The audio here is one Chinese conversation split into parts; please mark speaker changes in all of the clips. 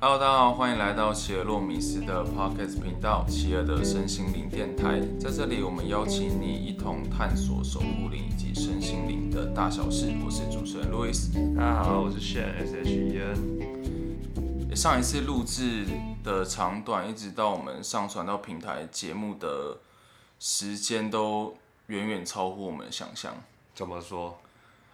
Speaker 1: Hello，大家好，欢迎来到奇尔洛米斯的 Podcast 频道——奇尔的身心灵电台。在这里，我们邀请你一同探索守护灵以及身心灵的大小事。我是主持人 Louis。
Speaker 2: 大家好，我是 Shen S H E N。
Speaker 1: 上一次录制的长短，一直到我们上传到平台节目的时间，都远远超乎我们的想象。
Speaker 2: 怎么说？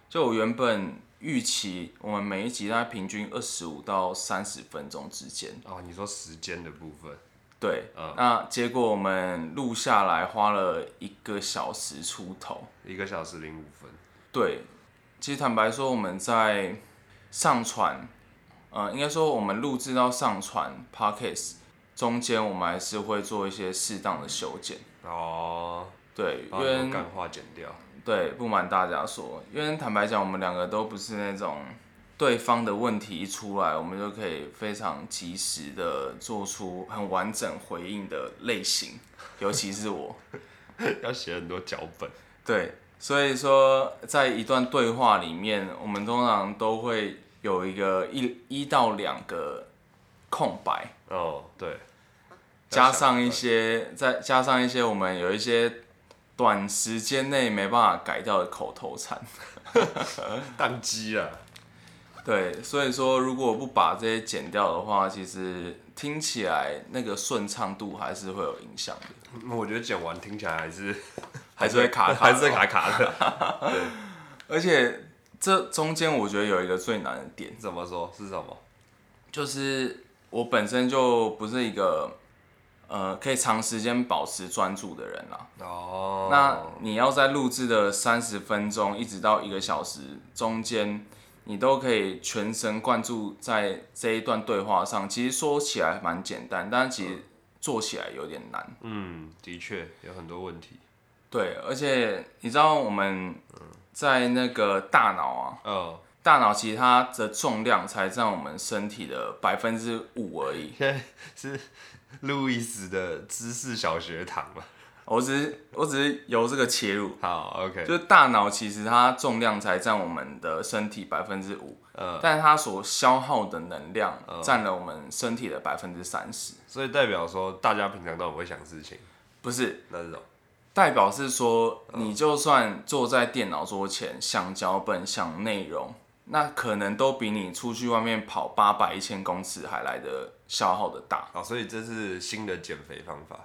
Speaker 1: 就我原本预期，我们每一集大概平均二十五到三十分钟之间。
Speaker 2: 哦，你说时间的部分，
Speaker 1: 对，
Speaker 2: 嗯
Speaker 1: 那结果我们录下来花了一个小时出头。
Speaker 2: 一个小时零五分。
Speaker 1: 对，其实坦白说，我们在上传，呃，应该说我们录制到上传 podcast 中间，我们还是会做一些适当的修剪。
Speaker 2: 哦，
Speaker 1: 对，因
Speaker 2: 把很多
Speaker 1: 为
Speaker 2: 干话剪掉。
Speaker 1: 对不瞒大家说，因为坦白讲，我们两个都不是那种对方的问题一出来，我们就可以非常及时的做出很完整回应的类型，尤其是我。
Speaker 2: 要写很多脚本。
Speaker 1: 对，所以说在一段对话里面，我们通常都会有一个一一到两个空白，
Speaker 2: 哦，对。
Speaker 1: 加上一些再加上一些我们有一些短时间内没办法改掉的口头禅。
Speaker 2: 宕机啊。
Speaker 1: 对，所以说如果不把这些剪掉的话，其实听起来那个顺畅度还是会有影响的。
Speaker 2: 嗯我觉得剪完听起来还是
Speaker 1: 还是会卡卡的
Speaker 2: 还是会卡卡的。
Speaker 1: 而且这中间我觉得有一个最难的点，
Speaker 2: 怎么说？是什么？
Speaker 1: 就是我本身就不是一个呃可以长时间保持专注的人啦。
Speaker 2: 哦。
Speaker 1: 那你要在录制的三十分钟一直到一个小时中间，你都可以全神贯注在这一段对话上。其实说起来蛮简单，但其实做起来有点难。
Speaker 2: 嗯，的确有很多问题。
Speaker 1: 对，而且你知道我们在那个大脑啊，
Speaker 2: 哦，
Speaker 1: 大脑其实它的重量才占我们身体的百分之五而已。
Speaker 2: 现在是路易斯的知识小学堂嘛？
Speaker 1: 我只是我只是由这个切入，
Speaker 2: 好，OK。
Speaker 1: 就是大脑其实它重量才占我们的身体百分之五，
Speaker 2: 嗯
Speaker 1: 但它所消耗的能量占了我们身体的百分之三十。
Speaker 2: 所以代表说，大家平常都很会想事情，
Speaker 1: 不是，
Speaker 2: 那这种
Speaker 1: 代表是说，你就算坐在电脑桌前想脚本、想内容，那可能都比你出去外面跑八百、一千公尺还来的消耗的大。
Speaker 2: 啊，所以这是新的减肥方法。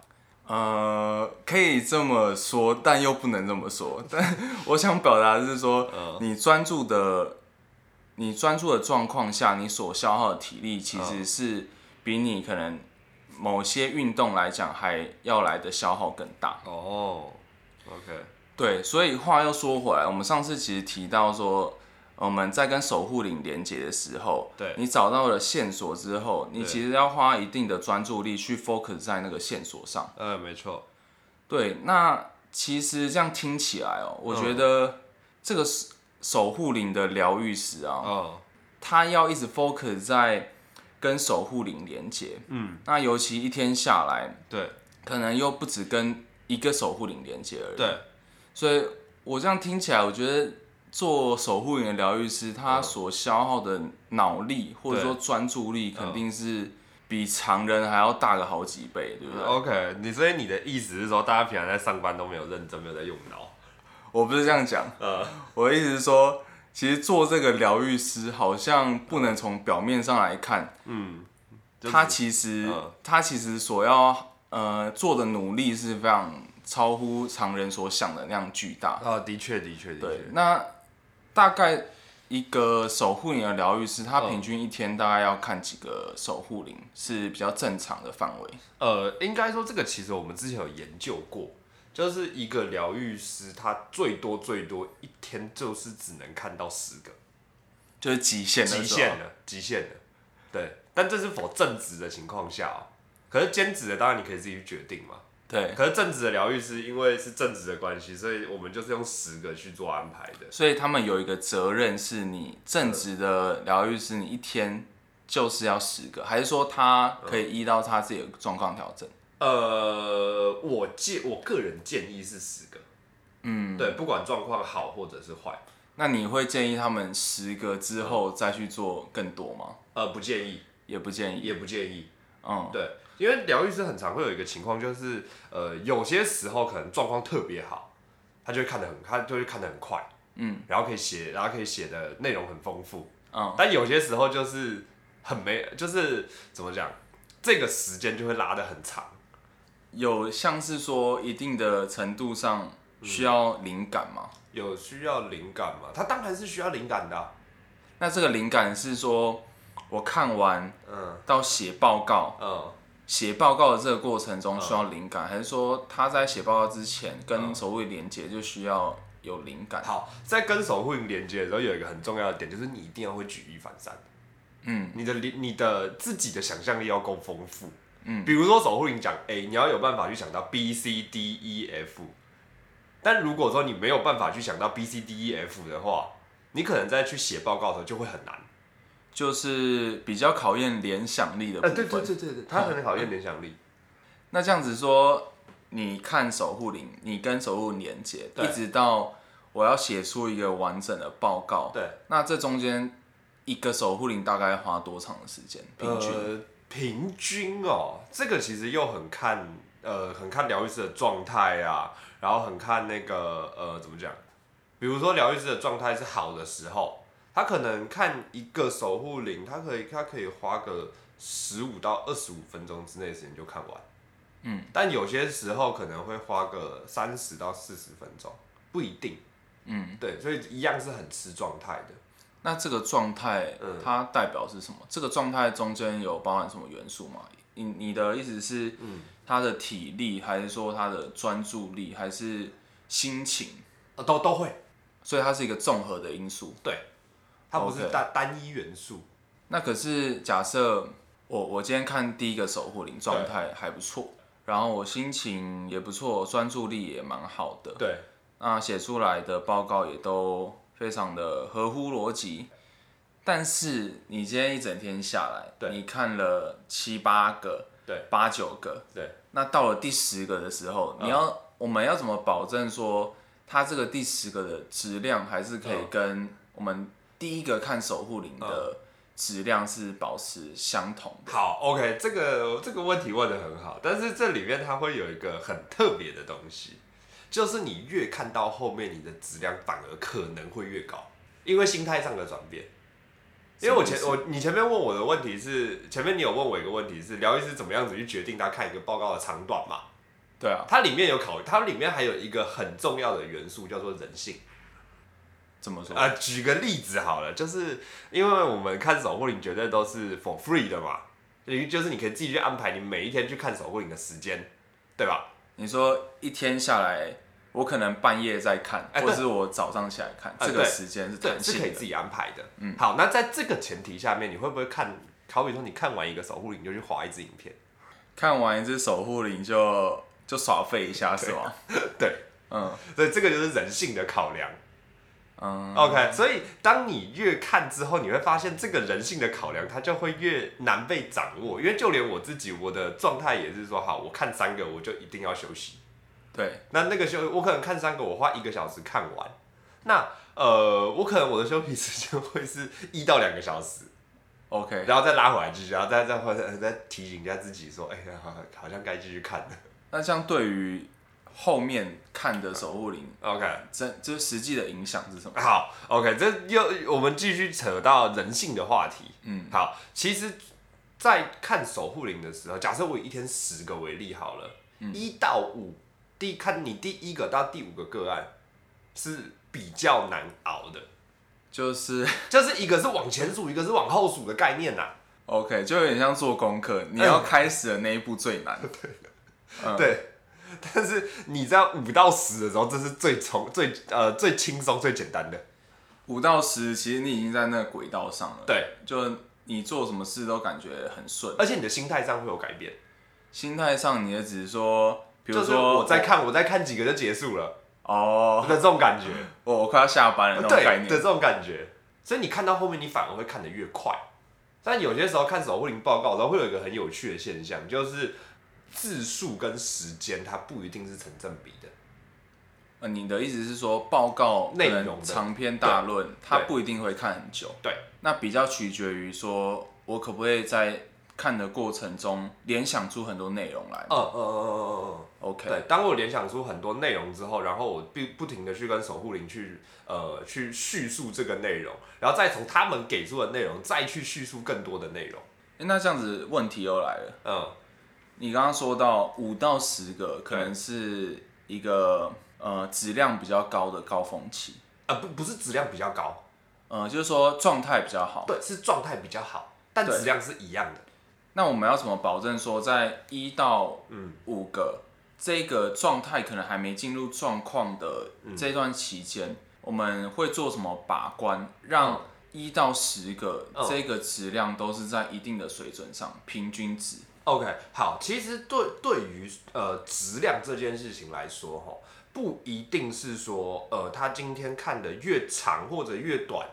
Speaker 1: 呃，可以这么说，但又不能这么说。 但我想表达的是说，
Speaker 2: 嗯
Speaker 1: 你专注的，你专注的状况下，你所消耗的体力其实是比你可能某些运动来讲还要来的消耗更大。
Speaker 2: 哦，OK，
Speaker 1: 对，所以话又说回来，我们上次其实提到说，呃我们在跟守护灵连接的时候，
Speaker 2: 对
Speaker 1: 你找到了线索之后，你
Speaker 2: 对
Speaker 1: 其实要花一定的专注力去 focus 在那个线索上。
Speaker 2: 呃，没错，
Speaker 1: 对，那其实这样听起来哦，我觉得这个守守护灵的疗愈师啊，
Speaker 2: 哦，
Speaker 1: 他要一直 focus 在跟守护灵连接。嗯，那尤其一天下来，
Speaker 2: 对
Speaker 1: 可能又不止跟一个守护灵连接而已。，
Speaker 2: 对，
Speaker 1: 所以我这样听起来，我觉得做守护灵的疗愈师，他所消耗的脑力或者说专注力，肯定是比常人还要大个好几倍，对不对？
Speaker 2: ，OK，你所以你的意思是说，大家平常在上班都没有认真，没有在用脑，
Speaker 1: 我不是这样讲。
Speaker 2: 呃，
Speaker 1: 我的意思是说，其实做这个疗愈师好像不能从表面上来看，
Speaker 2: 嗯，就是
Speaker 1: 他其实、
Speaker 2: 嗯
Speaker 1: 他其实所要呃做的努力是非常超乎常人所想的那样巨大。
Speaker 2: 啊，的确的确的
Speaker 1: 对，
Speaker 2: 确，
Speaker 1: 那大概一个守护灵的疗愈师，他
Speaker 2: 嗯
Speaker 1: 平均一天大概要看几个守护灵是比较正常的范围。
Speaker 2: 呃，应该说这个其实我们之前有研究过。就是一个疗愈师，他最多最多一天就是只能看到十个，
Speaker 1: 就是极限的
Speaker 2: 极
Speaker 1: 时候
Speaker 2: 限了，极限了。对，但这是否正职的情况下哦。可是兼职的当然你可以自己去决定嘛。
Speaker 1: 对，
Speaker 2: 可是正职的疗愈师因为是正职的关系，所以我们就是用十个去做安排的。
Speaker 1: 所以他们有一个责任，是你正职的疗愈师，你一天就是要十个，还是说他可以依照他自己的状况调整？
Speaker 2: 呃，我建我个人建议是十个。嗯，对，不管状况好或者是坏，
Speaker 1: 那你会建议他们十个之后再去做更多吗？
Speaker 2: 呃，不建议。
Speaker 1: 也不建议。
Speaker 2: 也不建议。
Speaker 1: 嗯，
Speaker 2: 对，因为疗愈师很常会有一个情况，就是呃，有些时候可能状况特别好，他就会看得很，他就会看得很快，
Speaker 1: 嗯，
Speaker 2: 然后可以写，然后可以写的内容很丰富，
Speaker 1: 嗯，
Speaker 2: 但有些时候就是很没，就是怎么讲，这个时间就会拉得很长，
Speaker 1: 有像是说一定的程度上需要灵感吗？
Speaker 2: 有需要灵感吗？他当然是需要灵感的啊、
Speaker 1: 那这个灵感是说我看完
Speaker 2: 嗯
Speaker 1: 到写报告，
Speaker 2: 嗯，
Speaker 1: 写报告的这个过程中需要灵感，还是说他在写报告之前跟手绘连接就需要有灵感？
Speaker 2: 好，在跟守护灵连接的时候，有一个很重要的点，就是你一定要会举一反三。
Speaker 1: 嗯
Speaker 2: 你的理你的自己的想象力要够丰富。
Speaker 1: 嗯
Speaker 2: 比如说守护灵讲 A，你要有办法去想到 B、C、D、E、F。但如果说你没有办法去想到 B、C、D、E、F 的话，你可能在去写报告的时候就会很难。
Speaker 1: 就是比较考验联想力的部
Speaker 2: 呃，
Speaker 1: 分。
Speaker 2: 对对对对对，它很考验联想力。
Speaker 1: 那这样子说，你看守护灵，你跟守护灵连接，
Speaker 2: 对
Speaker 1: 一直到我要写出一个完整的报告。
Speaker 2: 对，
Speaker 1: 那这中间一个守护灵大概花多长的时间？平均？
Speaker 2: 呃、平均哦，这个其实又很看呃很看疗愈师的状态啊，然后很看那个呃怎么讲，比如说疗愈师的状态是好的时候，他可能看一个守护灵，他可以他可以花个十五到二十五分钟之内的时间就看完，
Speaker 1: 嗯，
Speaker 2: 但有些时候可能会花个三十到四十分钟，不一定，
Speaker 1: 嗯，
Speaker 2: 对，所以一样是很吃状态的。
Speaker 1: 那这个状态
Speaker 2: 嗯
Speaker 1: 它代表是什么？这个状态中间有包含什么元素吗？你你的意思是，
Speaker 2: 嗯
Speaker 1: 他的体力，还是说他的专注力，还是心情？
Speaker 2: 呃都都会，
Speaker 1: 所以它是一个综合的因素。
Speaker 2: 对，它不是
Speaker 1: 哦 OK
Speaker 2: 单单一元素，
Speaker 1: 那可是假设我我今天看第一个守护灵状态还不错，然后我心情也不错，专注力也蛮好的，
Speaker 2: 对，
Speaker 1: 那写出来的报告也都非常的合乎逻辑。但是你今天一整天下来，
Speaker 2: 对
Speaker 1: 你看了七八个，
Speaker 2: 对，
Speaker 1: 八九个，
Speaker 2: 对，
Speaker 1: 那到了第十个的时候，
Speaker 2: 嗯
Speaker 1: 你要我们要怎么保证说它这个第十个的质量还是可以
Speaker 2: 嗯
Speaker 1: 跟我们第一个看守护灵的质量是保持相同的？
Speaker 2: 好，OK，这个这个问题问的很好，但是这里面它会有一个很特别的东西，就是你越看到后面，你的质量反而可能会越高，因为心态上的转变。因为我前
Speaker 1: 什么
Speaker 2: 我你前面问我的问题是，前面你有问我一个问题是，疗愈师怎么样子去决定他看一个报告的长短嘛？
Speaker 1: 对啊，
Speaker 2: 它里面有考，它里面还有一个很重要的元素叫做人性。
Speaker 1: 怎么说？
Speaker 2: 啊，举个例子好了，就是因为我们看守护灵绝对都是 for free 的嘛，你就是你可以自己去安排你每一天去看守护灵的时间，对吧？
Speaker 1: 你说一天下来，我可能半夜在看，
Speaker 2: 哎
Speaker 1: 或
Speaker 2: 对
Speaker 1: 者是我早上起来看，
Speaker 2: 哎
Speaker 1: 这个
Speaker 2: 对
Speaker 1: 时间是
Speaker 2: 对，
Speaker 1: 弹
Speaker 2: 是
Speaker 1: 性
Speaker 2: 可以
Speaker 1: 的
Speaker 2: 自。己安排的。嗯，好，那在这个前提下面，你会不会看？好比说，你看完一个守护灵，你就去划一支影片，
Speaker 1: 看完一只守护灵就就耍废一下是吗？
Speaker 2: 对，
Speaker 1: 嗯
Speaker 2: 所以这个就是人性的考量。
Speaker 1: 嗯，
Speaker 2: OK，所以当你越看之后，你会发现这个人性的考量，它就会越难被掌握。因为就连我自己，我的状态也是说，好，我看三个，我就一定要休息。
Speaker 1: 对，
Speaker 2: 那那个休，我可能看三个，我花一个小时看完。那呃，我可能我的休息时间会是一到两个小时，
Speaker 1: OK，
Speaker 2: 然后再拉回来继续，然后再再回来再提醒一下自己说，哎、呀，好好像该继续看了。
Speaker 1: 那这样对于后面看的守护灵，
Speaker 2: OK，
Speaker 1: 真就是实际的影响是什么？
Speaker 2: 好，OK，这又我们继续扯到人性的话题。
Speaker 1: 嗯，
Speaker 2: 好，其实，在看守护灵的时候，假设我以一天十个为例好了，一、到五，第看你第一个到第五个个案是比较难熬的。
Speaker 1: 就是
Speaker 2: 就是一个是往前数，一个是往后数的概念呐、
Speaker 1: OK，就有点像做功课，你要开始的那一步最难。嗯
Speaker 2: 对， 但是你在五到十的时候，这是最从最呃最轻松、最简单的。
Speaker 1: 五到十，其实你已经在那个轨道上了。，
Speaker 2: 对，
Speaker 1: 就你做什么事都感觉很顺，
Speaker 2: 而且你的心态上会有改变。
Speaker 1: 心态上你也只是说，比如
Speaker 2: 就是
Speaker 1: 说
Speaker 2: 我再看，我再看几个就结束了
Speaker 1: 哦，
Speaker 2: 的这种感觉，
Speaker 1: 我我快要下班了那种概
Speaker 2: 对的
Speaker 1: 念。
Speaker 2: 这种感觉。所以你看到后面，你反而会看得越快。但有些时候看守护灵报告的时候，会有一个很有趣的现象，就是字数跟时间它不一定是成正比的。
Speaker 1: 呃，你的意思是说，报告可
Speaker 2: 内
Speaker 1: 能
Speaker 2: 容的
Speaker 1: 长篇大论，它
Speaker 2: 对
Speaker 1: 不一定会看很久。
Speaker 2: 对，
Speaker 1: 那比较取决于说我可不可以在看的过程中联想出很多内容来
Speaker 2: 嗯嗯嗯嗯嗯嗯。
Speaker 1: ？OK，
Speaker 2: 对，当我联想出很多内容之后，然后我不不停的去跟守护灵去呃去叙述这个内容，然后再从他们给出的内容再去叙述更多的内容。
Speaker 1: 诶那这样子问题又来了。
Speaker 2: 嗯
Speaker 1: 你刚刚说到五到十个，可能是一个呃质量比较高的高峰期，
Speaker 2: 啊，不不是质量比较高，
Speaker 1: 呃，就是说状态比较好。
Speaker 2: 对，是状态比较好，但
Speaker 1: 对
Speaker 2: 质量是一样的。
Speaker 1: 那我们要怎么保证说在一到
Speaker 2: 嗯
Speaker 1: 五个这个状态可能还没进入状况的
Speaker 2: 嗯
Speaker 1: 这段期间，我们会做什么把关，让一到十个
Speaker 2: 嗯
Speaker 1: 这个质量都是在一定的水准上，平均值。
Speaker 2: ，OK，好，其实对对于呃质量这件事情来说，哈，不一定是说呃他今天看的越长或者越短，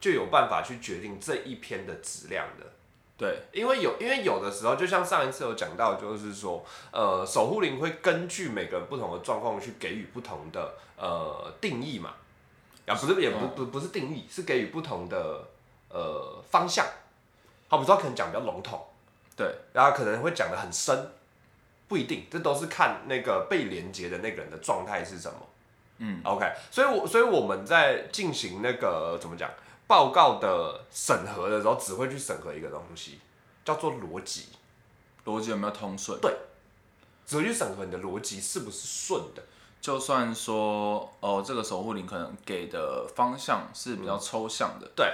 Speaker 2: 就有办法去决定这一篇的质量的。
Speaker 1: 对，
Speaker 2: 因为有，因为有的时候，就像上一次有讲到，就是说，呃，守护灵会根据每个人不同的状况去给予不同的呃定义嘛，啊，不是，也不不不是定义，是给予不同的呃方向。好，比如说可能讲比较笼统，
Speaker 1: 对，
Speaker 2: 然后可能会讲的很深，不一定，这都是看那个被连接的那个人的状态是什么。
Speaker 1: 嗯
Speaker 2: ，OK，所以我所以我们在进行那个怎么讲报告的审核的时候，只会去审核一个东西，叫做逻辑，
Speaker 1: 逻辑有没有通顺？
Speaker 2: 对只会去审核你的逻辑是不是顺的。
Speaker 1: 就算说哦，这个守护灵可能给的方向是比较抽象的，
Speaker 2: 对，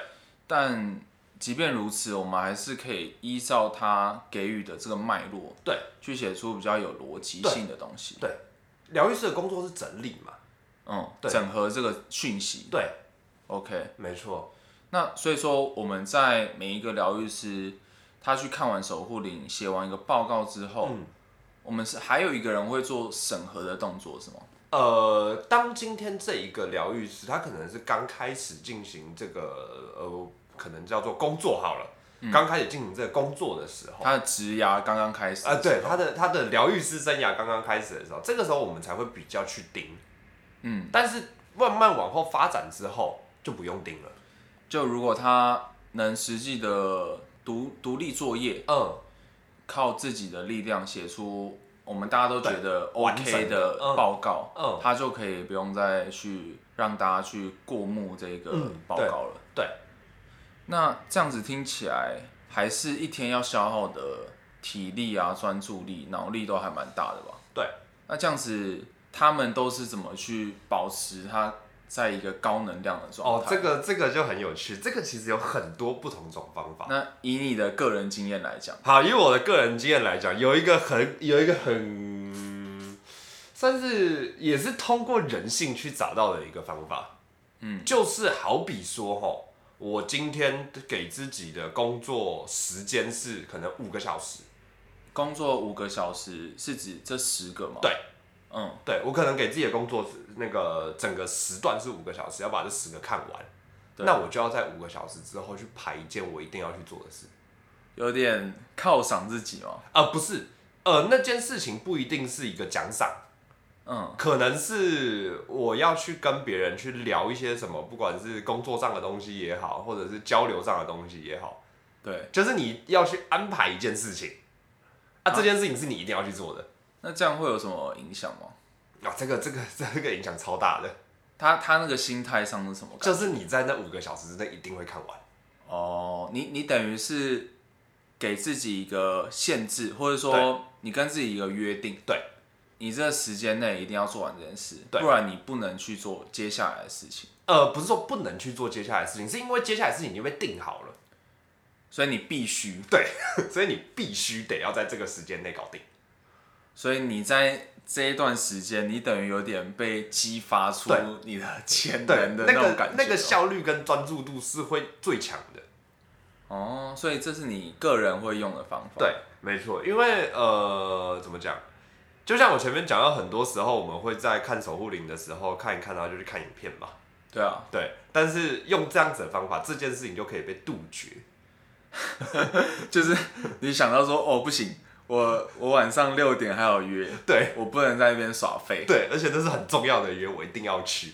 Speaker 1: 但即便如此，我们还是可以依照它给予的这个脉络，
Speaker 2: 对，
Speaker 1: 去写出比较有逻辑性的东西。
Speaker 2: 对疗愈师的工作是整理嘛？
Speaker 1: 嗯，
Speaker 2: 对
Speaker 1: 整合这个讯息。
Speaker 2: 对，
Speaker 1: OK，
Speaker 2: 没错，
Speaker 1: 那所以说我们在每一个疗愈师他去看完守护灵，写完一个报告之后，
Speaker 2: 嗯
Speaker 1: 我们是还有一个人会做审核的动作，是吗？
Speaker 2: 呃，当今天这一个疗愈师，他可能是刚开始进行这个呃，可能叫做工作好了，刚开始进嗯行这个工作的时候，
Speaker 1: 他的职涯刚刚开始
Speaker 2: 啊、
Speaker 1: 的时候
Speaker 2: 对，他的他的疗愈师生涯刚刚开始的时候，这个时候我们才会比较去盯，
Speaker 1: 嗯，
Speaker 2: 但是慢慢往后发展之后就不用盯了，
Speaker 1: 就如果他能实际的独独立作业，
Speaker 2: 嗯，
Speaker 1: 靠自己的力量写出我们大家都觉得
Speaker 2: 对完整
Speaker 1: OK 的
Speaker 2: 的嗯
Speaker 1: 报告，
Speaker 2: 嗯
Speaker 1: 他就可以不用再去让大家去过目这个
Speaker 2: 嗯
Speaker 1: 报告了。
Speaker 2: 对，
Speaker 1: 那这样子听起来，还是一天要消耗的体力啊、专注力、脑力都还蛮大的吧？
Speaker 2: 对，
Speaker 1: 那这样子，他们都是怎么去保持他在一个高能量的状
Speaker 2: 哦
Speaker 1: 态？，
Speaker 2: 这个这个就很有趣，这个其实有很多不同种方法。
Speaker 1: 那以你的个人经验来讲，
Speaker 2: 好，以我的个人经验来讲，有一个很有一个很算是也是通过人性去找到的一个方法，
Speaker 1: 嗯，
Speaker 2: 就是好比说吼，我今天给自己的工作时间是可能五个小时，
Speaker 1: 工作五个小时是指这十个吗？
Speaker 2: 对，
Speaker 1: 嗯，
Speaker 2: 对我可能给自己的工作那个整个时段是五个小时，要把这十个看完，
Speaker 1: 对
Speaker 2: 那我就要在五个小时之后去排一件我一定要去做的事。
Speaker 1: 有点犒赏自己嘛。
Speaker 2: 啊、不是，呃，那件事情不一定是一个奖赏，
Speaker 1: 嗯，
Speaker 2: 可能是我要去跟别人去聊一些什么，不管是工作上的东西也好，或者是交流上的东西也好，
Speaker 1: 对。
Speaker 2: 就是你要去安排一件事情，啊，这件事情是你一定要去做的。
Speaker 1: 那这样会有什么影响吗？
Speaker 2: 啊，这个这个 这个影响超大的，
Speaker 1: 他他那个心态上是什么感觉？
Speaker 2: 就是你在那五个小时之内一定会看完。
Speaker 1: 哦，你你等于是给自己一个限制，或者
Speaker 2: 对
Speaker 1: 说你跟自己一个约定，
Speaker 2: 对，
Speaker 1: 你这时间内一定要做完这件事，
Speaker 2: 对
Speaker 1: 不然你不能去做接下来的事情。
Speaker 2: 呃，不是说不能去做接下来的事情，是因为接下来的事情已经被定好了，
Speaker 1: 所以你必须，
Speaker 2: 对，所以你必须得要在这个时间内搞定。
Speaker 1: 所以你在这一段时间，你等于有点被激发出
Speaker 2: 对
Speaker 1: 你的潜
Speaker 2: 对，
Speaker 1: 能的
Speaker 2: 那
Speaker 1: 种
Speaker 2: 个
Speaker 1: 感觉、
Speaker 2: 那个效率跟专注度是会最强的。
Speaker 1: 哦，所以这是你个人会用的方法。，
Speaker 2: 对，没错，因为呃，怎么讲？就像我前面讲到，很多时候我们会在看守护灵的时候看一看，然后就去看影片嘛。
Speaker 1: 对啊，
Speaker 2: 对，但是用这样子的方法，这件事情就可以被杜绝。
Speaker 1: 就是 你想到说，哦，不行，我我晚上六点还有约，
Speaker 2: 对
Speaker 1: 我不能在那边耍废。
Speaker 2: 对，而且这是很重要的约，我一定要去。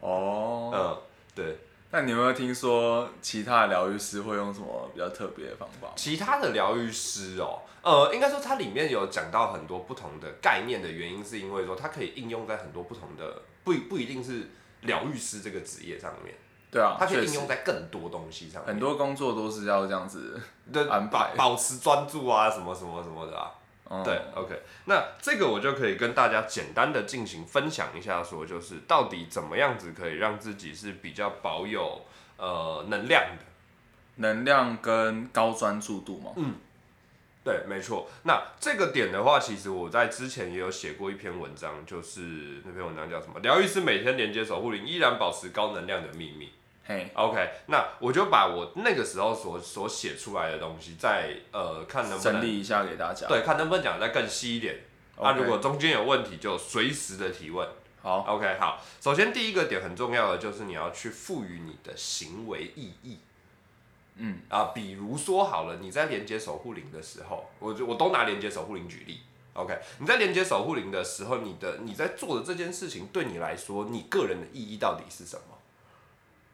Speaker 1: 哦，
Speaker 2: 嗯，对，
Speaker 1: 那你有没有听说其他的疗愈师会用什么比较特别的方法？
Speaker 2: 其他的疗愈师哦，呃，应该说它里面有讲到很多不同的概念的原因，是因为说它可以应用在很多不同的，不不一定是疗愈师这个职业上面，
Speaker 1: 对啊，
Speaker 2: 它可以
Speaker 1: 确
Speaker 2: 应
Speaker 1: 实
Speaker 2: 用在更多东西上面，
Speaker 1: 很多工作都是要这样子。
Speaker 2: 的
Speaker 1: 安排
Speaker 2: 保保持专注啊，什么什么什么的啊。
Speaker 1: 嗯
Speaker 2: 对，，OK，那这个我就可以跟大家简单的进行分享一下，说就是到底怎么样子可以让自己是比较保有呃能量的。
Speaker 1: 能量跟高专注度嘛。
Speaker 2: 嗯对，没错。那这个点的话，其实我在之前也有写过一篇文章，就是那篇文章叫什么？疗愈师每天连接守护灵，依然保持高能量的秘密。
Speaker 1: 嘿，
Speaker 2: OK，那我就把我那个时候所所写出来的东西再，呃看能不
Speaker 1: 整
Speaker 2: 能
Speaker 1: 理一下给大家。，
Speaker 2: 对，看能不能讲得再更细一点。那、
Speaker 1: OK
Speaker 2: 如果中间有问题，就随时的提问。
Speaker 1: 好，
Speaker 2: OK，好。首先第一个点很重要的就是你要去赋予你的行为意义。
Speaker 1: 嗯
Speaker 2: 啊，比如说好了，你在连接守护灵的时候，我就我都拿连接守护灵举例。OK，你在连接守护灵的时候，你的你在做的这件事情，对你来说，你个人的意义到底是什么？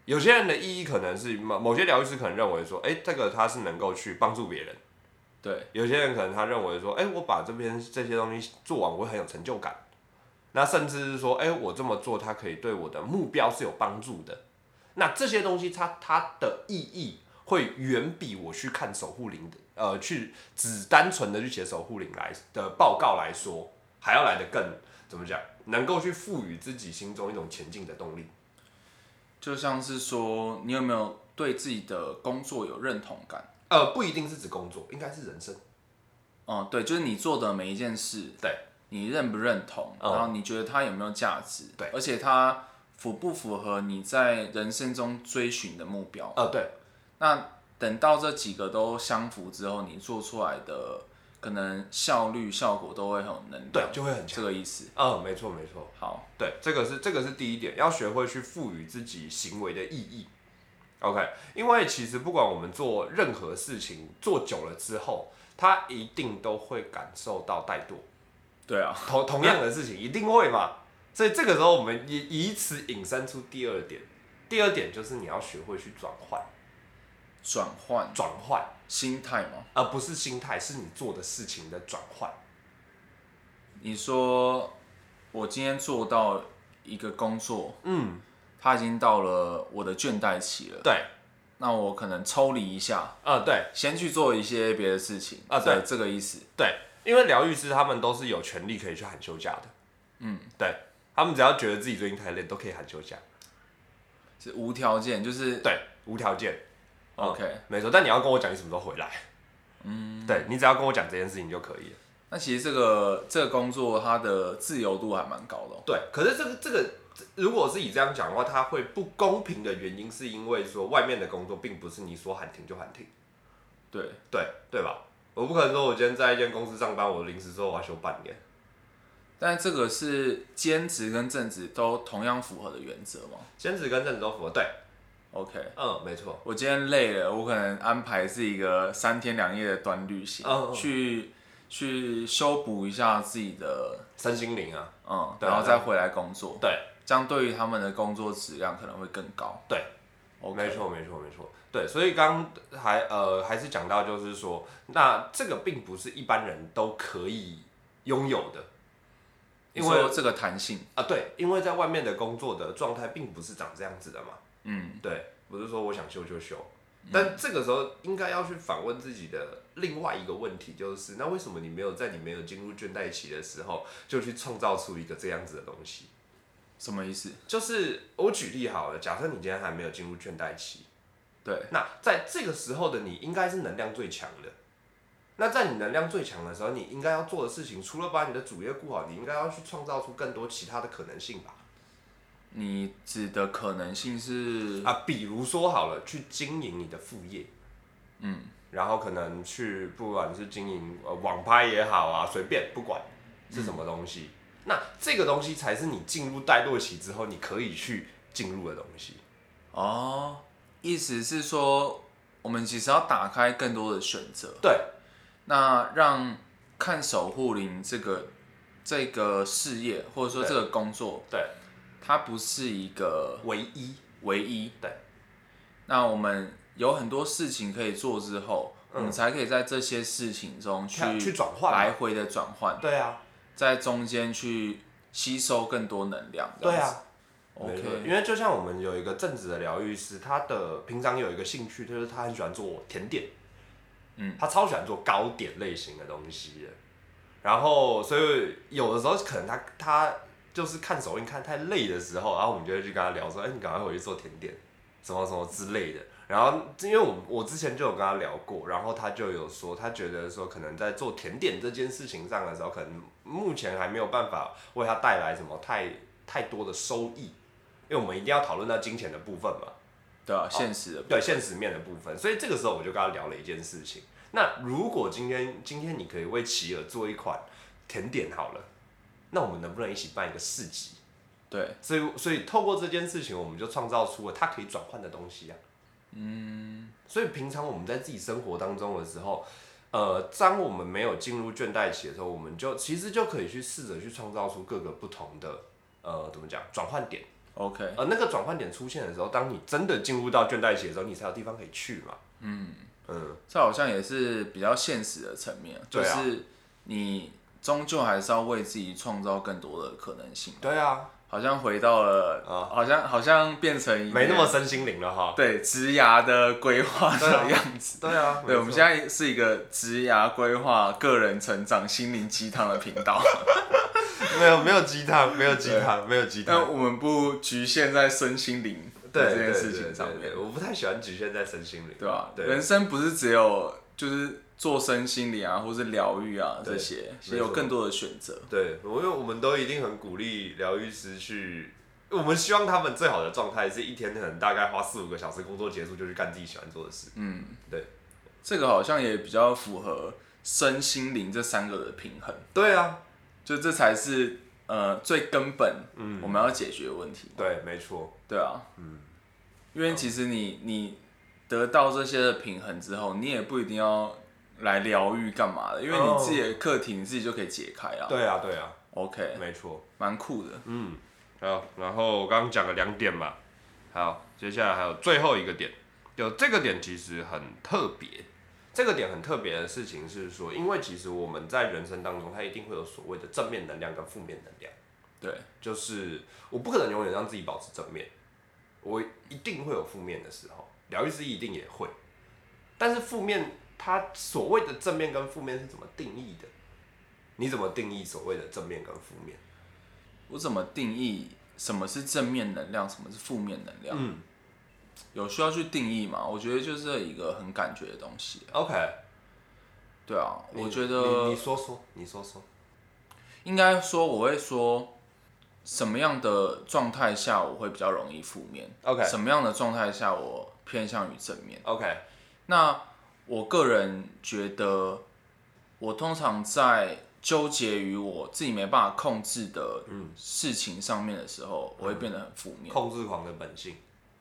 Speaker 2: 有些人的意义可能是某某些疗愈师可能认为说，哎、这个他是能够去帮助别人。
Speaker 1: 对，
Speaker 2: 有些人可能他认为说，哎、我把这边这些东西做完，我会很有成就感。那甚至是说，哎、我这么做，它可以对我的目标是有帮助的。那这些东西它，它的意义会远比我去看守护灵的，呃，去只单纯的去写守护灵来的报告来说，还要来的更怎么讲，能够去赋予自己心中一种前进的动力。
Speaker 1: 就像是说，你有没有对自己的工作有认同感？
Speaker 2: 呃，不一定是指工作，应该是人生。
Speaker 1: 嗯，对，就是你做的每一件事，
Speaker 2: 对，
Speaker 1: 你认不认同，
Speaker 2: 嗯
Speaker 1: 然后你觉得它有没有价值？
Speaker 2: 对
Speaker 1: 而且它符不符合你在人生中追寻的目标？
Speaker 2: 呃，对，
Speaker 1: 那等到这几个都相符之后，你做出来的可能效率、效果都会很有能量，
Speaker 2: 对，就会很强。
Speaker 1: 这个意思。
Speaker 2: 嗯、没错，没错。
Speaker 1: 好，
Speaker 2: 对，这个是这个是第一点，要学会去赋予自己行为的意义。OK，因为其实不管我们做任何事情，做久了之后，他一定都会感受到怠惰。
Speaker 1: 对啊，
Speaker 2: 同同样的事情一定会嘛，所以这个时候我们以以此引申出第二点，第二点就是你要学会去转换，
Speaker 1: 转换
Speaker 2: 转换，
Speaker 1: 心态嘛。
Speaker 2: 而不是心态，是你做的事情的转换。
Speaker 1: 你说我今天做到一个工作，
Speaker 2: 嗯，
Speaker 1: 它已经到了我的倦怠期了，
Speaker 2: 对，
Speaker 1: 那我可能抽离一下，
Speaker 2: 呃，对，
Speaker 1: 先去做一些别的事情
Speaker 2: 啊对
Speaker 1: 这个意思。
Speaker 2: 对，因为疗愈师他们都是有权利可以去喊休假的。嗯，对，他们只要觉得自己最近太累，都可以喊休假。
Speaker 1: 是无条件，就是
Speaker 2: 对，无条件。
Speaker 1: OK、
Speaker 2: 没错，但你要跟我讲你什么时候回来。嗯，对你只要跟我讲这件事情就可以了。
Speaker 1: 那其实这个这个工作它的自由度还蛮高的、哦，
Speaker 2: 对，可是这个这个，这如果是以这样讲的话，它会不公平的原因是因为说外面的工作并不是你说喊停就喊停，
Speaker 1: 对，
Speaker 2: 对对吧？我不可能说我今天在一间公司上班，我临时说我要休半年。
Speaker 1: 但这个是兼职跟正职都同样符合的原则嘛
Speaker 2: 兼职跟正职都符合，对，
Speaker 1: ？OK，
Speaker 2: 嗯，没错，
Speaker 1: 我今天累了，我可能安排是一个三天两夜的短旅行
Speaker 2: 嗯嗯
Speaker 1: 去去修补一下自己的
Speaker 2: 身心灵啊，
Speaker 1: 嗯，
Speaker 2: 对啊
Speaker 1: 然后再回来工作，
Speaker 2: 对，啊
Speaker 1: 这样对于他们的工作质量可能会更高。
Speaker 2: 对
Speaker 1: ，OK，
Speaker 2: 没错，没错，没错。对，所以刚刚还呃还是讲到，就是说，那这个并不是一般人都可以拥有的，
Speaker 1: 你
Speaker 2: 因为
Speaker 1: 说这个弹性，
Speaker 2: 啊，对，因为在外面的工作的状态并不是长这样子的嘛。
Speaker 1: 嗯，
Speaker 2: 对，不是说我想休就休，但这个时候应该要去反问自己的另外一个问题，就是那为什么你没有在你没有进入倦怠期的时候，就去创造出一个这样子的东西？
Speaker 1: 什么意思？
Speaker 2: 就是我举例好了，假设你今天还没有进入倦怠期，
Speaker 1: 对，
Speaker 2: 那在这个时候的你应该是能量最强的。那在你能量最强的时候，你应该要做的事情，除了把你的主业顾好，你应该要去创造出更多其他的可能性吧？
Speaker 1: 你指的可能性是，
Speaker 2: 啊，比如说好了，去经营你的副业，
Speaker 1: 嗯，
Speaker 2: 然后可能去不管是经营呃网拍也好啊，随便不管
Speaker 1: 嗯
Speaker 2: 是什么东西，那这个东西才是你进入怠惰期之后你可以去进入的东西。
Speaker 1: 哦，意思是说，我们其实要打开更多的选择，
Speaker 2: 对，
Speaker 1: 那让看守护灵这个这个事业或者说
Speaker 2: 对
Speaker 1: 这个工作，
Speaker 2: 对，
Speaker 1: 它不是一个
Speaker 2: 唯一，
Speaker 1: 唯一，
Speaker 2: 对，
Speaker 1: 那我们有很多事情可以做之后，我们才可以在这些事情中
Speaker 2: 嗯看
Speaker 1: 去
Speaker 2: 去转换嘛
Speaker 1: 来回的转换，
Speaker 2: 对啊，
Speaker 1: 在中间去吸收更多能量。这
Speaker 2: 对
Speaker 1: 样子
Speaker 2: 啊。没错
Speaker 1: ，OK，
Speaker 2: 因为就像我们有一个正职的疗愈师，他的平常有一个兴趣，就是他很喜欢做甜点，
Speaker 1: 嗯，
Speaker 2: 他超喜欢做糕点类型的东西的。然后，所以有的时候可能他他就是看手印看太累的时候，然后我们就会去跟他聊说，哎、你赶快回去做甜点，什么什么之类的。然后，因为我我之前就有跟他聊过，然后他就有说，他觉得说可能在做甜点这件事情上的时候，可能目前还没有办法为他带来什么太太多的收益，因为我们一定要讨论到金钱的部分嘛。
Speaker 1: 对啊，现实的，
Speaker 2: 对现实面的部分。所以这个时候我就跟他聊了一件事情。那如果今天今天你可以为企鹅做一款甜点好了，那我们能不能一起办一个市集？
Speaker 1: 对，
Speaker 2: 所以所以透过这件事情，我们就创造出了它可以转换的东西啊。嗯，所以平常我们在自己生活当中的时候。呃，当我们没有进入倦怠期的时候，我们就其实就可以去试着去创造出各个不同的呃，怎么讲转换点。
Speaker 1: ，OK，
Speaker 2: 呃而那个转换点出现的时候，当你真的进入到倦怠期的时候，你才有地方可以去嘛。嗯嗯，
Speaker 1: 这好像也是比较现实的层面，就
Speaker 2: 对啊
Speaker 1: 是你终究还是要为自己创造更多的可能性。
Speaker 2: 对啊，
Speaker 1: 好像回到了，
Speaker 2: 啊
Speaker 1: 好像好像变成一个
Speaker 2: 没那么身心灵了哈。
Speaker 1: 对职涯的规划
Speaker 2: 对啊
Speaker 1: 的样子。
Speaker 2: 对啊，
Speaker 1: 对，我们
Speaker 2: 在
Speaker 1: 现在是一个职涯规划、个人成长、心灵鸡汤的频 道，
Speaker 2: 没有没有鸡汤，没有鸡汤，没有鸡
Speaker 1: 但
Speaker 2: 汤。
Speaker 1: 我们不局限在身心灵
Speaker 2: 对
Speaker 1: 的这
Speaker 2: 对
Speaker 1: 件
Speaker 2: 对
Speaker 1: 事
Speaker 2: 对
Speaker 1: 情上
Speaker 2: 对
Speaker 1: 面
Speaker 2: 对，我不太喜欢局限在身心灵。
Speaker 1: 对吧？
Speaker 2: 对
Speaker 1: 人生不是只有就是做身心灵啊，或是疗愈啊
Speaker 2: 对
Speaker 1: 这些，其
Speaker 2: 没
Speaker 1: 实有
Speaker 2: 错
Speaker 1: 更多的选择。
Speaker 2: 对，我因为我们都一定很鼓励疗愈师去，我们希望他们最好的状态是一天可能大概花四五个小时，工作结束就去干自己喜欢做的事。
Speaker 1: 嗯，
Speaker 2: 对，
Speaker 1: 这个好像也比较符合身心灵这三个的平衡，
Speaker 2: 对啊，
Speaker 1: 就这才是呃最根本
Speaker 2: 嗯
Speaker 1: 我们要解决的问题。
Speaker 2: 对，没错，
Speaker 1: 对啊，因为其实你你得到这些的平衡之后，你也不一定要来疗愈干嘛的，因为
Speaker 2: 哦
Speaker 1: 你自己的课题你自己就可以解开啊。
Speaker 2: 对啊，对啊，
Speaker 1: ，OK，
Speaker 2: 没错。
Speaker 1: 蛮酷的。
Speaker 2: 嗯，好，然后我刚刚讲了两点嘛，好，接下来还有最后一个点，就这个点其实很特别，这个点很特别的事情是说，因为其实我们在人生当中，它一定会有所谓的正面能量跟负面能量，
Speaker 1: 对，
Speaker 2: 就是我不可能永远让自己保持正面，我一定会有负面的时候，疗愈师一定也会，但是负面它所谓的正面跟负面是怎么定义的？你怎么定义所谓的正面跟负面？
Speaker 1: 我怎么定义什么是正面能量，什么是负面能量？
Speaker 2: 嗯
Speaker 1: 有需要去定义吗？我觉得就是一个很感觉的东西。
Speaker 2: ，OK。
Speaker 1: 对啊，
Speaker 2: 你
Speaker 1: 我觉
Speaker 2: 你
Speaker 1: 得
Speaker 2: 你说说，你说说，
Speaker 1: 应该说我会说。什么样的状态下我会比较容易负面
Speaker 2: OK
Speaker 1: 什么样的状态下我偏向于正面？
Speaker 2: OK，
Speaker 1: 那我个人觉得，我通常在纠结于我自己没办法控制的事情上面的时候，我会变得很负面。
Speaker 2: 控制狂的本性，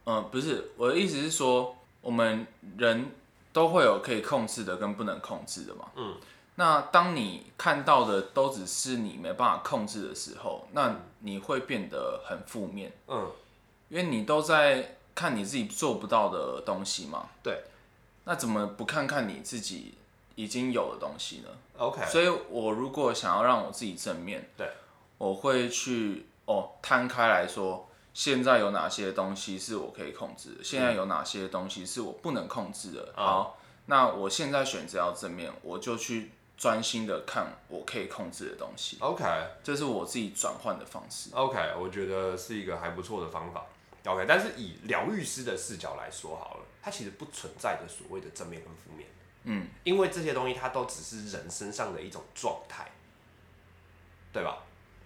Speaker 1: 嗯、不是，我的意思是说，我们人都会有可以控制的跟不能控制的嘛。
Speaker 2: 嗯。
Speaker 1: 那当你看到的都只是你没办法控制的时候，那你会变得很负面，
Speaker 2: 嗯，
Speaker 1: 因为你都在看你自己做不到的东西嘛。
Speaker 2: 对
Speaker 1: 那怎么不看看你自己已经有的东西呢？
Speaker 2: ，OK，
Speaker 1: 所以，我如果想要让我自己正面，
Speaker 2: 哎对，
Speaker 1: 我会去哦摊开来说，现在有哪些东西是我可以控制的，现在有哪些东西是我不能控制的。
Speaker 2: 嗯
Speaker 1: 好，那我现在选择要正面，我就去专心的看我可以控制的东西，
Speaker 2: OK
Speaker 1: 这是我自己转换的方式。
Speaker 2: OK，我觉得是一个还不错的方法。OK，但是以疗愈师的视角来说好了，它其实不存在着所谓的正面跟负面，
Speaker 1: 嗯，
Speaker 2: 因为这些东西它都只是人身上的一种状态，对吧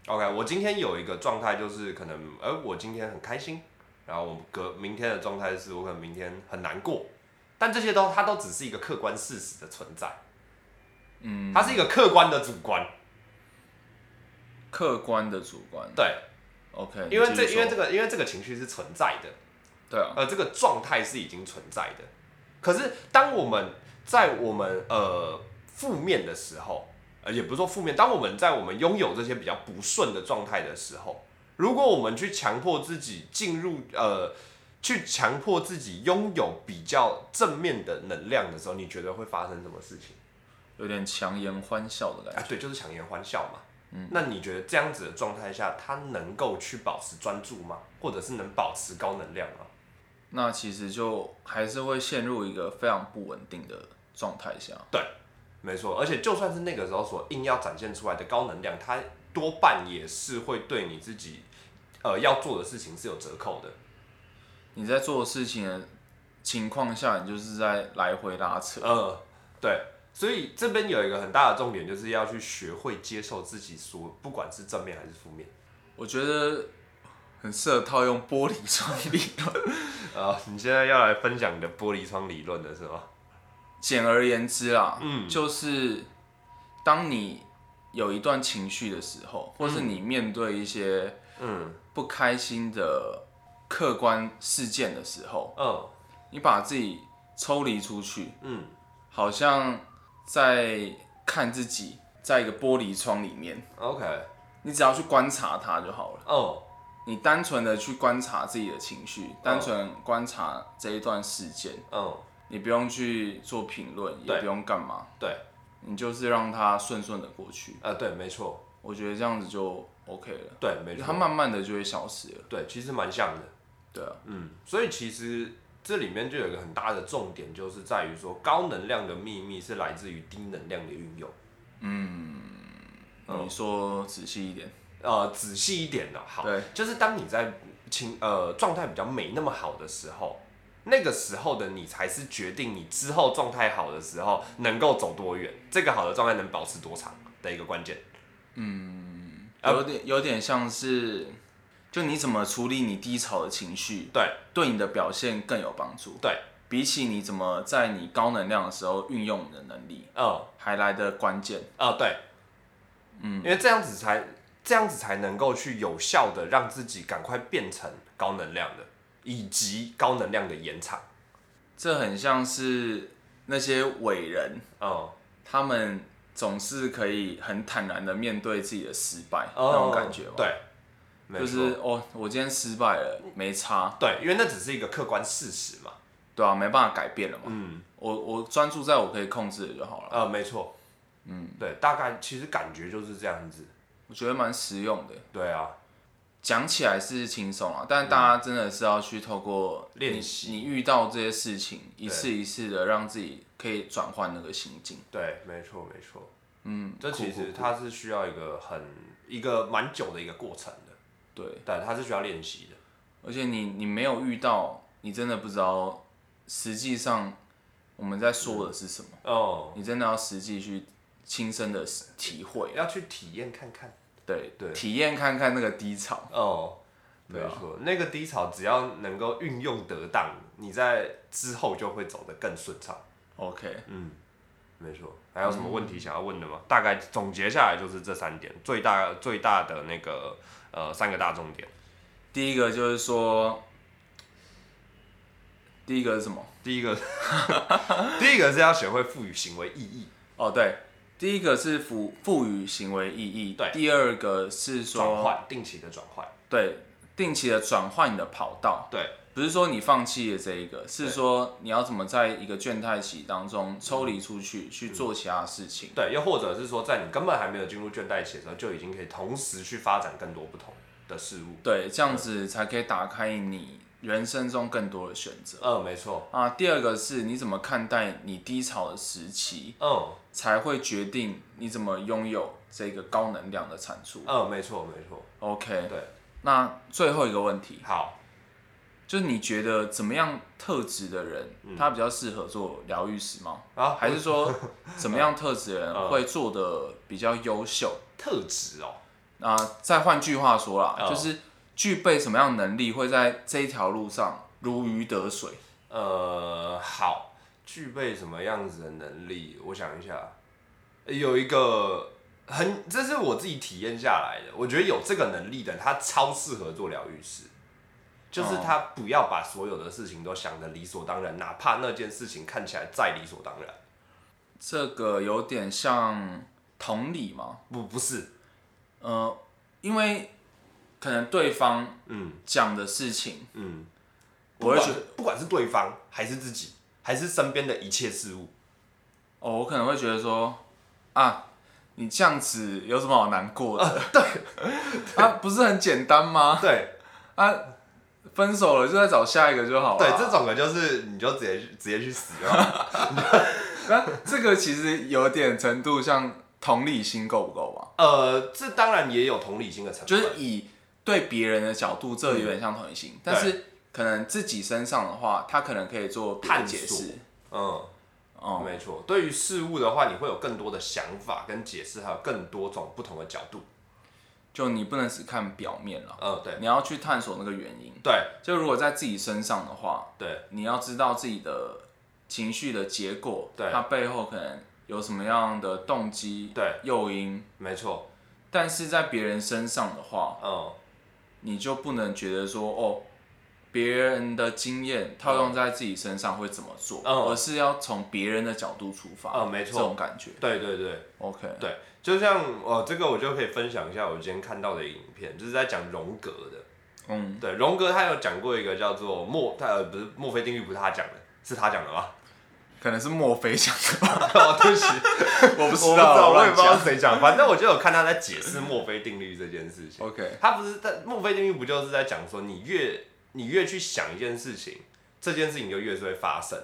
Speaker 2: ？OK，我今天有一个状态就是可能，呃，我今天很开心，然后我隔明天的状态是我可能明天很难过，但这些都它都只是一个客观事实的存在，嗯，它是一个客观的主观，
Speaker 1: 客观的主观
Speaker 2: 对，
Speaker 1: ，OK，
Speaker 2: 因为
Speaker 1: 嗯你
Speaker 2: 这
Speaker 1: 继续
Speaker 2: 因为这
Speaker 1: 说
Speaker 2: 个因为这个情绪是存在的，
Speaker 1: 对啊，
Speaker 2: 呃，这个状态是已经存在的。可是当我们在我们呃负面的时候，呃，也不是说负面，当我们在我们拥有这些比较不顺的状态的时候，如果我们去强迫自己进入呃去强迫自己拥有比较正面的能量的时候，你觉得会发生什么事情？
Speaker 1: 有点强颜欢笑的感
Speaker 2: 啊，对，就是强颜欢笑嘛。嗯，那你觉得这样子的状态下，他能够去保持专注吗？或者是能保持高能量吗？
Speaker 1: 觉，那其实就还是会陷入一个非常不稳定的状态下。
Speaker 2: 没错，而且就算是那个时候所硬要展现出来的高能量，它多半也是会对你自己呃要做的事情是有折扣的。
Speaker 1: 你在做事情的情况下，你就是在来回拉扯。
Speaker 2: 呃，对，所以这边有一个很大的重点，就是要去学会接受自己所不管是正面还是负面。
Speaker 1: 我觉得很适合套用玻璃窗理论。
Speaker 2: 呃， 你现在要来分享你的玻璃窗理论了是吗？
Speaker 1: 简而言之啦，
Speaker 2: 嗯
Speaker 1: 就是当你有一段情绪的时候，或是你面对一些
Speaker 2: 嗯
Speaker 1: 不开心的客观事件的时候，
Speaker 2: 嗯
Speaker 1: 你把自己抽离出去，
Speaker 2: 嗯，
Speaker 1: 好像在看自己在一个玻璃窗里面，
Speaker 2: ，OK，
Speaker 1: 你只要去观察它就好了。
Speaker 2: 哦，
Speaker 1: 你单纯的去观察自己的情绪，单纯观察这一段事件，
Speaker 2: 嗯，
Speaker 1: 你不用去做评论，也
Speaker 2: 对
Speaker 1: 不用干嘛，
Speaker 2: 对，
Speaker 1: 你就是让它顺顺的过去。
Speaker 2: 呃，对，没错，
Speaker 1: 我觉得这样子就 OK 了，
Speaker 2: 对，没
Speaker 1: 它
Speaker 2: 错，
Speaker 1: 慢慢的就会消失了。
Speaker 2: 对，其实蛮像的。
Speaker 1: 对啊，
Speaker 2: 嗯，所以其实这里面就有一个很大的重点，就是在于说高能量的秘密是来自于低能量的运用。嗯
Speaker 1: 你说仔细一点，
Speaker 2: 呃，仔细一点呢，好，
Speaker 1: 对，
Speaker 2: 就是当你在情呃状态比较没那么好的时候，那个时候的你才是决定你之后状态好的时候能够走多远，这个好的状态能保持多长的一个关键。啊
Speaker 1: 有点有点像是，就你怎么处理你低潮的情绪，
Speaker 2: 对
Speaker 1: 对你的表现更有帮助。
Speaker 2: 对，
Speaker 1: 比起你怎么在你高能量的时候运用你的能力，
Speaker 2: 嗯
Speaker 1: 还来的关键。
Speaker 2: 啊，对，嗯，因为这样子才这样子才能够去有效的让自己赶快变成高能量的，以及高能量的延长。嗯
Speaker 1: 这很像是那些伟人，
Speaker 2: 嗯，
Speaker 1: 他们总是可以很坦然的面对自己的失败、
Speaker 2: 哦
Speaker 1: 那种感觉吧。，
Speaker 2: 对，没
Speaker 1: 就
Speaker 2: 错
Speaker 1: 是哦，我今天失败了，没差，
Speaker 2: 对，因为那只是一个客观事实嘛。
Speaker 1: 对啊，没办法改变了嘛。
Speaker 2: 嗯，
Speaker 1: 我我专注在我可以控制的就好了，
Speaker 2: 呃，没错。嗯，对，大概其实感觉就是这样子。
Speaker 1: 我觉得蛮实用的。
Speaker 2: 对啊，
Speaker 1: 讲起来是轻松啊，但大家真的是要去透过你
Speaker 2: 嗯练习
Speaker 1: 你遇到这些事情，一次一次的让自己可以转换那个心境。
Speaker 2: 对，没错，没错。
Speaker 1: 嗯，
Speaker 2: 这其
Speaker 1: 酷酷
Speaker 2: 实
Speaker 1: 酷
Speaker 2: 它是需要一个很一个蛮久的一个过程的，
Speaker 1: 对，
Speaker 2: 对，它是需要练习的。
Speaker 1: 而且你你没有遇到，你真的不知道实际上我们在说的是什么，
Speaker 2: 哦，
Speaker 1: 你真的要实际去亲身的体会，
Speaker 2: 要去体验看看。
Speaker 1: 对
Speaker 2: 对
Speaker 1: 体验看看那个低潮。
Speaker 2: 哦，没
Speaker 1: 对啊
Speaker 2: 错，那个低潮只要能够运用得当，你在之后就会走得更顺畅。
Speaker 1: OK，
Speaker 2: 嗯，没错。还有什么
Speaker 1: 嗯
Speaker 2: 问题想要问的吗？大概总结下来就是这三点，最大最大的那个呃三个大重点。
Speaker 1: 第一个就是说，第一个是什么？
Speaker 2: 第一个， 第一个是要学会赋予行为意义，
Speaker 1: 哦，对，第一个是赋赋予行为意义，
Speaker 2: 对
Speaker 1: 第二个是
Speaker 2: 转
Speaker 1: 说，
Speaker 2: 换定期的转换。
Speaker 1: 对，定期的转换你的跑道，
Speaker 2: 对，
Speaker 1: 不是说你放弃了这一个，是
Speaker 2: 对
Speaker 1: 说你要怎么在一个倦怠期当中抽离出
Speaker 2: 嗯
Speaker 1: 去，去做其他事情。
Speaker 2: 对，又或者是说，在你根本还没有进入倦怠期的时候，就已经可以同时去发展更多不同的事物。
Speaker 1: 对，这样子才可以打开你人生中更多的选择。
Speaker 2: 嗯，没错。
Speaker 1: 啊，第二个是你怎么看待你低潮的时期，
Speaker 2: 嗯
Speaker 1: 才会决定你怎么拥有这个高能量的产出。
Speaker 2: 嗯，没错没错。
Speaker 1: OK，
Speaker 2: 对，
Speaker 1: 那最后一个问题
Speaker 2: 好。
Speaker 1: 就是你觉得怎么样特质的人，他比较适合做疗愈师吗？
Speaker 2: 嗯啊
Speaker 1: 还是说 怎么样特质的人
Speaker 2: 嗯
Speaker 1: 会做的比较优秀？
Speaker 2: 特质哦，
Speaker 1: 啊、再换句话说啦，
Speaker 2: 嗯
Speaker 1: 就是具备什么样的能力会在这一条路上如鱼得水？
Speaker 2: 呃，好，具备什么样子的能力？我想一下，有一个很，这是我自己体验下来的，我觉得有这个能力的，他超适合做疗愈师，就是他不要把所有的事情都想得理所当然，哪怕那件事情看起来再理所当然，
Speaker 1: 这个有点像同理嘛，
Speaker 2: 不不是，
Speaker 1: 呃，因为可能对方
Speaker 2: 嗯
Speaker 1: 讲的事情，
Speaker 2: 嗯，不
Speaker 1: 我会
Speaker 2: 管
Speaker 1: 觉
Speaker 2: 是不管是对方还是自己，还是身边的一切事物，
Speaker 1: 哦，我可能会觉得说啊，你这样子有什么好难过的？ 对，啊，不是很简单吗？
Speaker 2: 对
Speaker 1: 啊，分手了就再找下一个就好了。
Speaker 2: 对，这种的就是你就直接去直接去死啊！
Speaker 1: 啊那这个其实有点程度像同理心够不够吧？
Speaker 2: 呃，这当然也有同理心的成分，
Speaker 1: 就是以对别人的角度，这有
Speaker 2: 嗯
Speaker 1: 点像同理心，但是可能自己身上的话，他可能可以做别的
Speaker 2: 探
Speaker 1: 解
Speaker 2: 索
Speaker 1: 释。
Speaker 2: 嗯，
Speaker 1: 哦、
Speaker 2: 没错。对于事物的话，你会有更多的想法跟解释，还有更多种不同的角度。
Speaker 1: 就你不能只看表面了，
Speaker 2: 嗯，对
Speaker 1: 你要去探索那个原因。
Speaker 2: 对
Speaker 1: 就如果在自己身上的话，
Speaker 2: 对
Speaker 1: 你要知道自己的情绪的结果，
Speaker 2: 对
Speaker 1: 它背后可能有什么样的动机、
Speaker 2: 对，
Speaker 1: 诱因。
Speaker 2: 没错。
Speaker 1: 但是在别人身上的话，
Speaker 2: 嗯，
Speaker 1: 你就不能觉得说哦，别人的经验套用在自己身上会怎么做，
Speaker 2: 嗯
Speaker 1: 而是要从别人的角度出发。
Speaker 2: 嗯没错
Speaker 1: 这种感觉。
Speaker 2: 对对对。
Speaker 1: OK，
Speaker 2: 对，就像哦，这个我就可以分享一下我今天看到的影片，就是在讲荣格的。
Speaker 1: 嗯，
Speaker 2: 对，荣格他有讲过一个叫做墨，他呃不是墨菲定律，不是他讲的，是他讲的 吧？
Speaker 1: 可能是墨菲讲 的吧，
Speaker 2: 哦，对不起，
Speaker 1: 我不
Speaker 2: 不
Speaker 1: 知
Speaker 2: 知
Speaker 1: 道，
Speaker 2: 道，我也
Speaker 1: 乱
Speaker 2: 不知道
Speaker 1: 讲。
Speaker 2: 谁讲，反正我就有看他在解释墨菲定律这件事情。
Speaker 1: OK，
Speaker 2: 他不是在墨菲定律，不就是在讲说，你越你越去想一件事情，这件事情就越是会发生。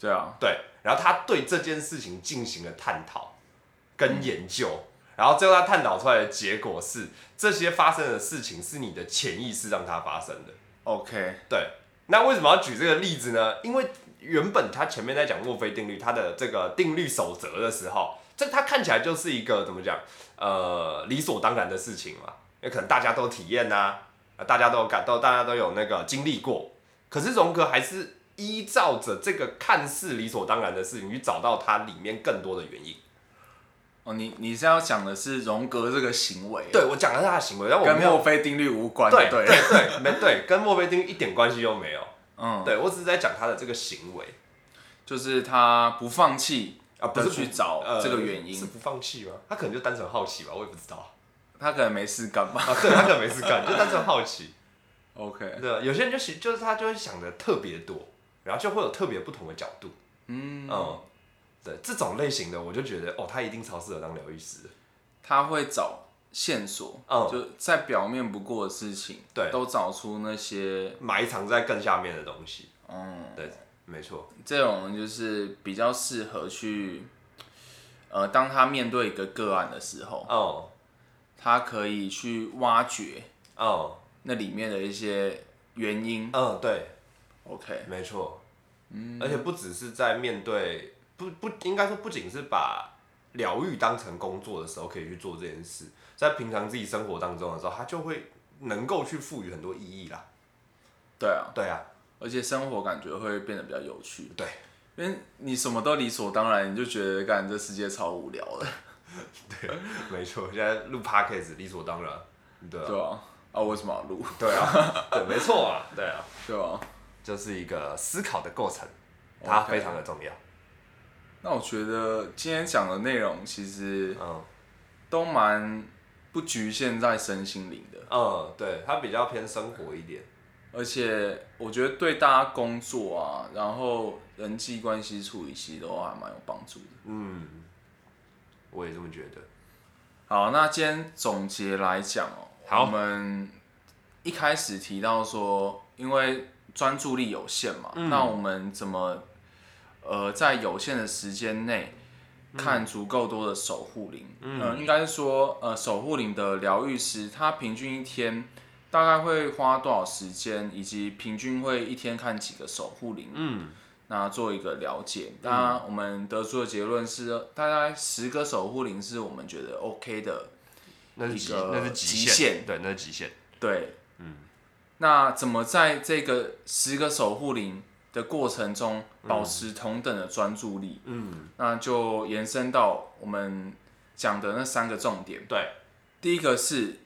Speaker 1: 对啊，
Speaker 2: 对，然后他对这件事情进行了探讨跟研究，然后最后他探讨出来的结果是，这些发生的事情是你的潜意识让它发生的。
Speaker 1: OK，
Speaker 2: 对，那为什么要举这个例子呢？因为原本他前面在讲墨菲定律，他的这个定律守则的时候，这他看起来就是一个怎么讲，呃，理所当然的事情嘛，也可能大家都体验呐、啊，大家都有感到，大家都有那个经历过。可是荣格还是依照着这个看似理所当然的事情，去找到它里面更多的原因。
Speaker 1: 哦，你你是要讲的是荣格这个行为，，
Speaker 2: 对我讲的是他的行为，但我
Speaker 1: 跟
Speaker 2: 没有
Speaker 1: 墨菲定律无关，
Speaker 2: 对
Speaker 1: 对
Speaker 2: 对，对没对，跟墨菲定律一点关系都没有。
Speaker 1: 嗯，
Speaker 2: 对我只是在讲他的这个行为。
Speaker 1: 就是他不放弃
Speaker 2: 啊，不是
Speaker 1: 的去
Speaker 2: 不
Speaker 1: 找
Speaker 2: 呃
Speaker 1: 这个原因
Speaker 2: 是不放弃吗？他可能就单纯好奇吧，我也不知道
Speaker 1: 他可能没事干吧
Speaker 2: 啊。对他可能没事 干，就单纯好奇。
Speaker 1: ？OK，
Speaker 2: 对，啊有些人就喜，就是他就会想的特别多，然后就会有特别不同的角度。
Speaker 1: 嗯，
Speaker 2: 嗯，对，这种类型的我就觉得哦，他一定超适合当疗愈师的。
Speaker 1: 他会找线索，
Speaker 2: 嗯
Speaker 1: 就在表面不过的事情，
Speaker 2: 对
Speaker 1: 都找出那些，
Speaker 2: 埋藏在更下面的东西。
Speaker 1: 嗯，
Speaker 2: 对，没错。
Speaker 1: 这种人就是比较适合去，呃，当他面对一个个案的时候，
Speaker 2: 哦
Speaker 1: 他可以去挖掘
Speaker 2: 哦
Speaker 1: 那里面的一些原因。
Speaker 2: 嗯，对，
Speaker 1: OK，
Speaker 2: 没错。而且不只是在面对不不应该说不仅是把疗愈当成工作的时候可以去做这件事，在平常自己生活当中的时候，他就会能够去赋予很多意义啦。
Speaker 1: 对啊，
Speaker 2: 对啊，
Speaker 1: 而且生活感觉会变得比较有趣，
Speaker 2: 对，
Speaker 1: 因为你什么都理所当然，你就觉得干这世界超无聊的，
Speaker 2: 没错，现在录 podcast 理所当然，对啊，
Speaker 1: 对啊，啊，为什么要录？
Speaker 2: 对啊， 对，没错啊，对啊，
Speaker 1: 对啊，
Speaker 2: 就是一个思考的过程，它非常的重要。
Speaker 1: 那我觉得今天讲的内容其实
Speaker 2: 嗯
Speaker 1: 都蛮不局限在身心灵的，
Speaker 2: 嗯，对，它比较偏生活一点。
Speaker 1: 而且我觉得对大家工作啊，然后人际关系处理其实都还蛮有帮助的。
Speaker 2: 嗯，我也这么觉得。
Speaker 1: 好，那今天总结来讲哦、
Speaker 2: 好
Speaker 1: 我们一开始提到说，因为专注力有限嘛，
Speaker 2: 嗯
Speaker 1: 那我们怎么呃在有限的时间内
Speaker 2: 嗯
Speaker 1: 看足够多的守护灵？嗯，应该是说呃守护灵的疗愈师，他平均一天大概会花多少时间，以及平均会一天看几个守护灵？
Speaker 2: 嗯
Speaker 1: 那做一个了解。那我们得出的结论是，大概十个守护灵是我们觉得 OK 的。
Speaker 2: 那是
Speaker 1: 一
Speaker 2: 极
Speaker 1: 个
Speaker 2: 那是极
Speaker 1: 极限
Speaker 2: 对，那是极限。
Speaker 1: 对，嗯。那怎么在这个十个守护灵的过程中保持同等的专注力？
Speaker 2: 嗯，
Speaker 1: 那就延伸到我们讲的那三个重点。
Speaker 2: 对，
Speaker 1: 第一个是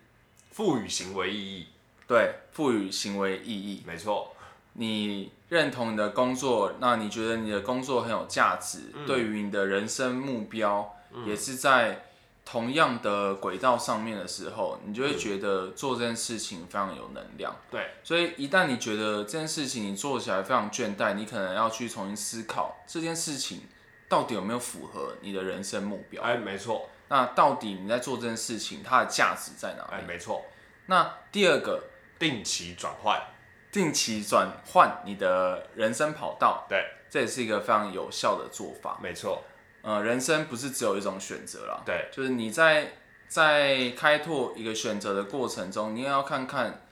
Speaker 2: 赋予行为意义，
Speaker 1: 对赋予行为意义，
Speaker 2: 没错，
Speaker 1: 你认同你的工作，那你觉得你的工作很有价值，对于你的人生目标、也是在同样的轨道上面的时候，你就会觉得做这件事情非常有能量。
Speaker 2: 对，
Speaker 1: 所以一旦你觉得这件事情你做起来非常倦怠，你可能要去重新思考这件事情到底有没有符合你的人生目标。
Speaker 2: 哎，没错，
Speaker 1: 那到底你在做这件事情，它的价值在哪
Speaker 2: 哎，
Speaker 1: 里？
Speaker 2: 没错，
Speaker 1: 那第二个，
Speaker 2: 定期转换，
Speaker 1: 定期转换你的人生跑道，
Speaker 2: 对，
Speaker 1: 这也是一个非常有效的做法。
Speaker 2: 没错，
Speaker 1: 呃，人生不是只有一种选择啦，
Speaker 2: 对，
Speaker 1: 就是你在在开拓一个选择的过程中，你也要看看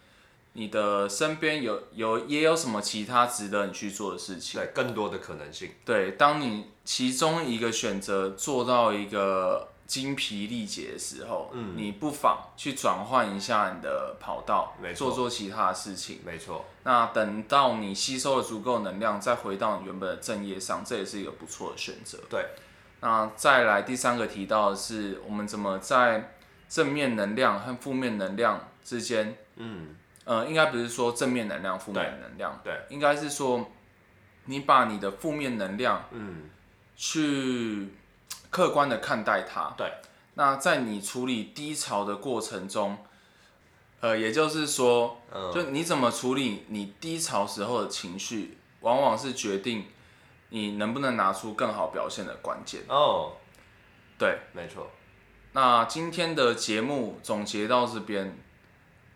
Speaker 1: 你的身边有有也有什么其他值得你去做的事情。
Speaker 2: 对，更多的可能性，
Speaker 1: 对，当你其中一个选择做到一个精疲力竭的时候，嗯，你不妨去转换一下你的跑道
Speaker 2: 没，错
Speaker 1: 做做其他的事情。
Speaker 2: 没错，
Speaker 1: 那等到你吸收了足够能量，再回到你原本的正业上，这也是一个不错的选择。
Speaker 2: 对，
Speaker 1: 那再来第三个提到的是，我们怎么在正面能量和负面能量之间，
Speaker 2: 嗯，
Speaker 1: 呃，应该不是说正面能量、负面能量，
Speaker 2: 对，
Speaker 1: 应该是说你把你的负面能量
Speaker 2: 嗯，
Speaker 1: 去客观的看待它。
Speaker 2: 对，
Speaker 1: 那在你处理低潮的过程中，呃，也就是说，
Speaker 2: 嗯
Speaker 1: 就你怎么处理你低潮时候的情绪，往往是决定你能不能拿出更好表现的关键。
Speaker 2: 哦，
Speaker 1: 对，
Speaker 2: 没错，
Speaker 1: 那今天的节目总结到这边，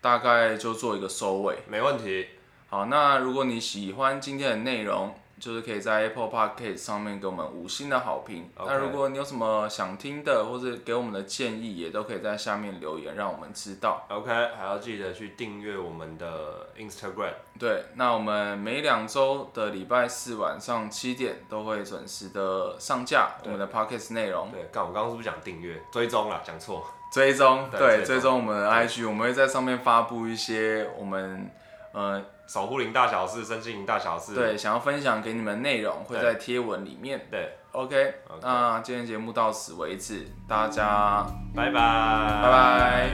Speaker 1: 大概就做一个收尾。
Speaker 2: 没问题，
Speaker 1: 好，那如果你喜欢今天的内容，就是可以在 Apple Podcast 上面给我们五星的好评。
Speaker 2: OK
Speaker 1: 那如果你有什么想听的，或者给我们的建议，也都可以在下面留言，让我们知道。
Speaker 2: OK，还要记得去订阅我们的 Instagram。
Speaker 1: 对，那我们每两周的礼拜四晚上七点都会准时的上架我们的 Podcast 内容，
Speaker 2: 对，刚我刚刚是不是讲订阅追踪啦？讲错。
Speaker 1: 追踪
Speaker 2: 对
Speaker 1: 对
Speaker 2: 追踪
Speaker 1: 追踪我们的 IG，我们会在上面发布一些我们呃
Speaker 2: 守护灵大小事，身心灵大小事。
Speaker 1: 对想要分享给你们内容，会
Speaker 2: 对
Speaker 1: 在贴文里面。
Speaker 2: 对，
Speaker 1: OK，那今天节目到此为止，大家
Speaker 2: 拜拜，
Speaker 1: 拜拜。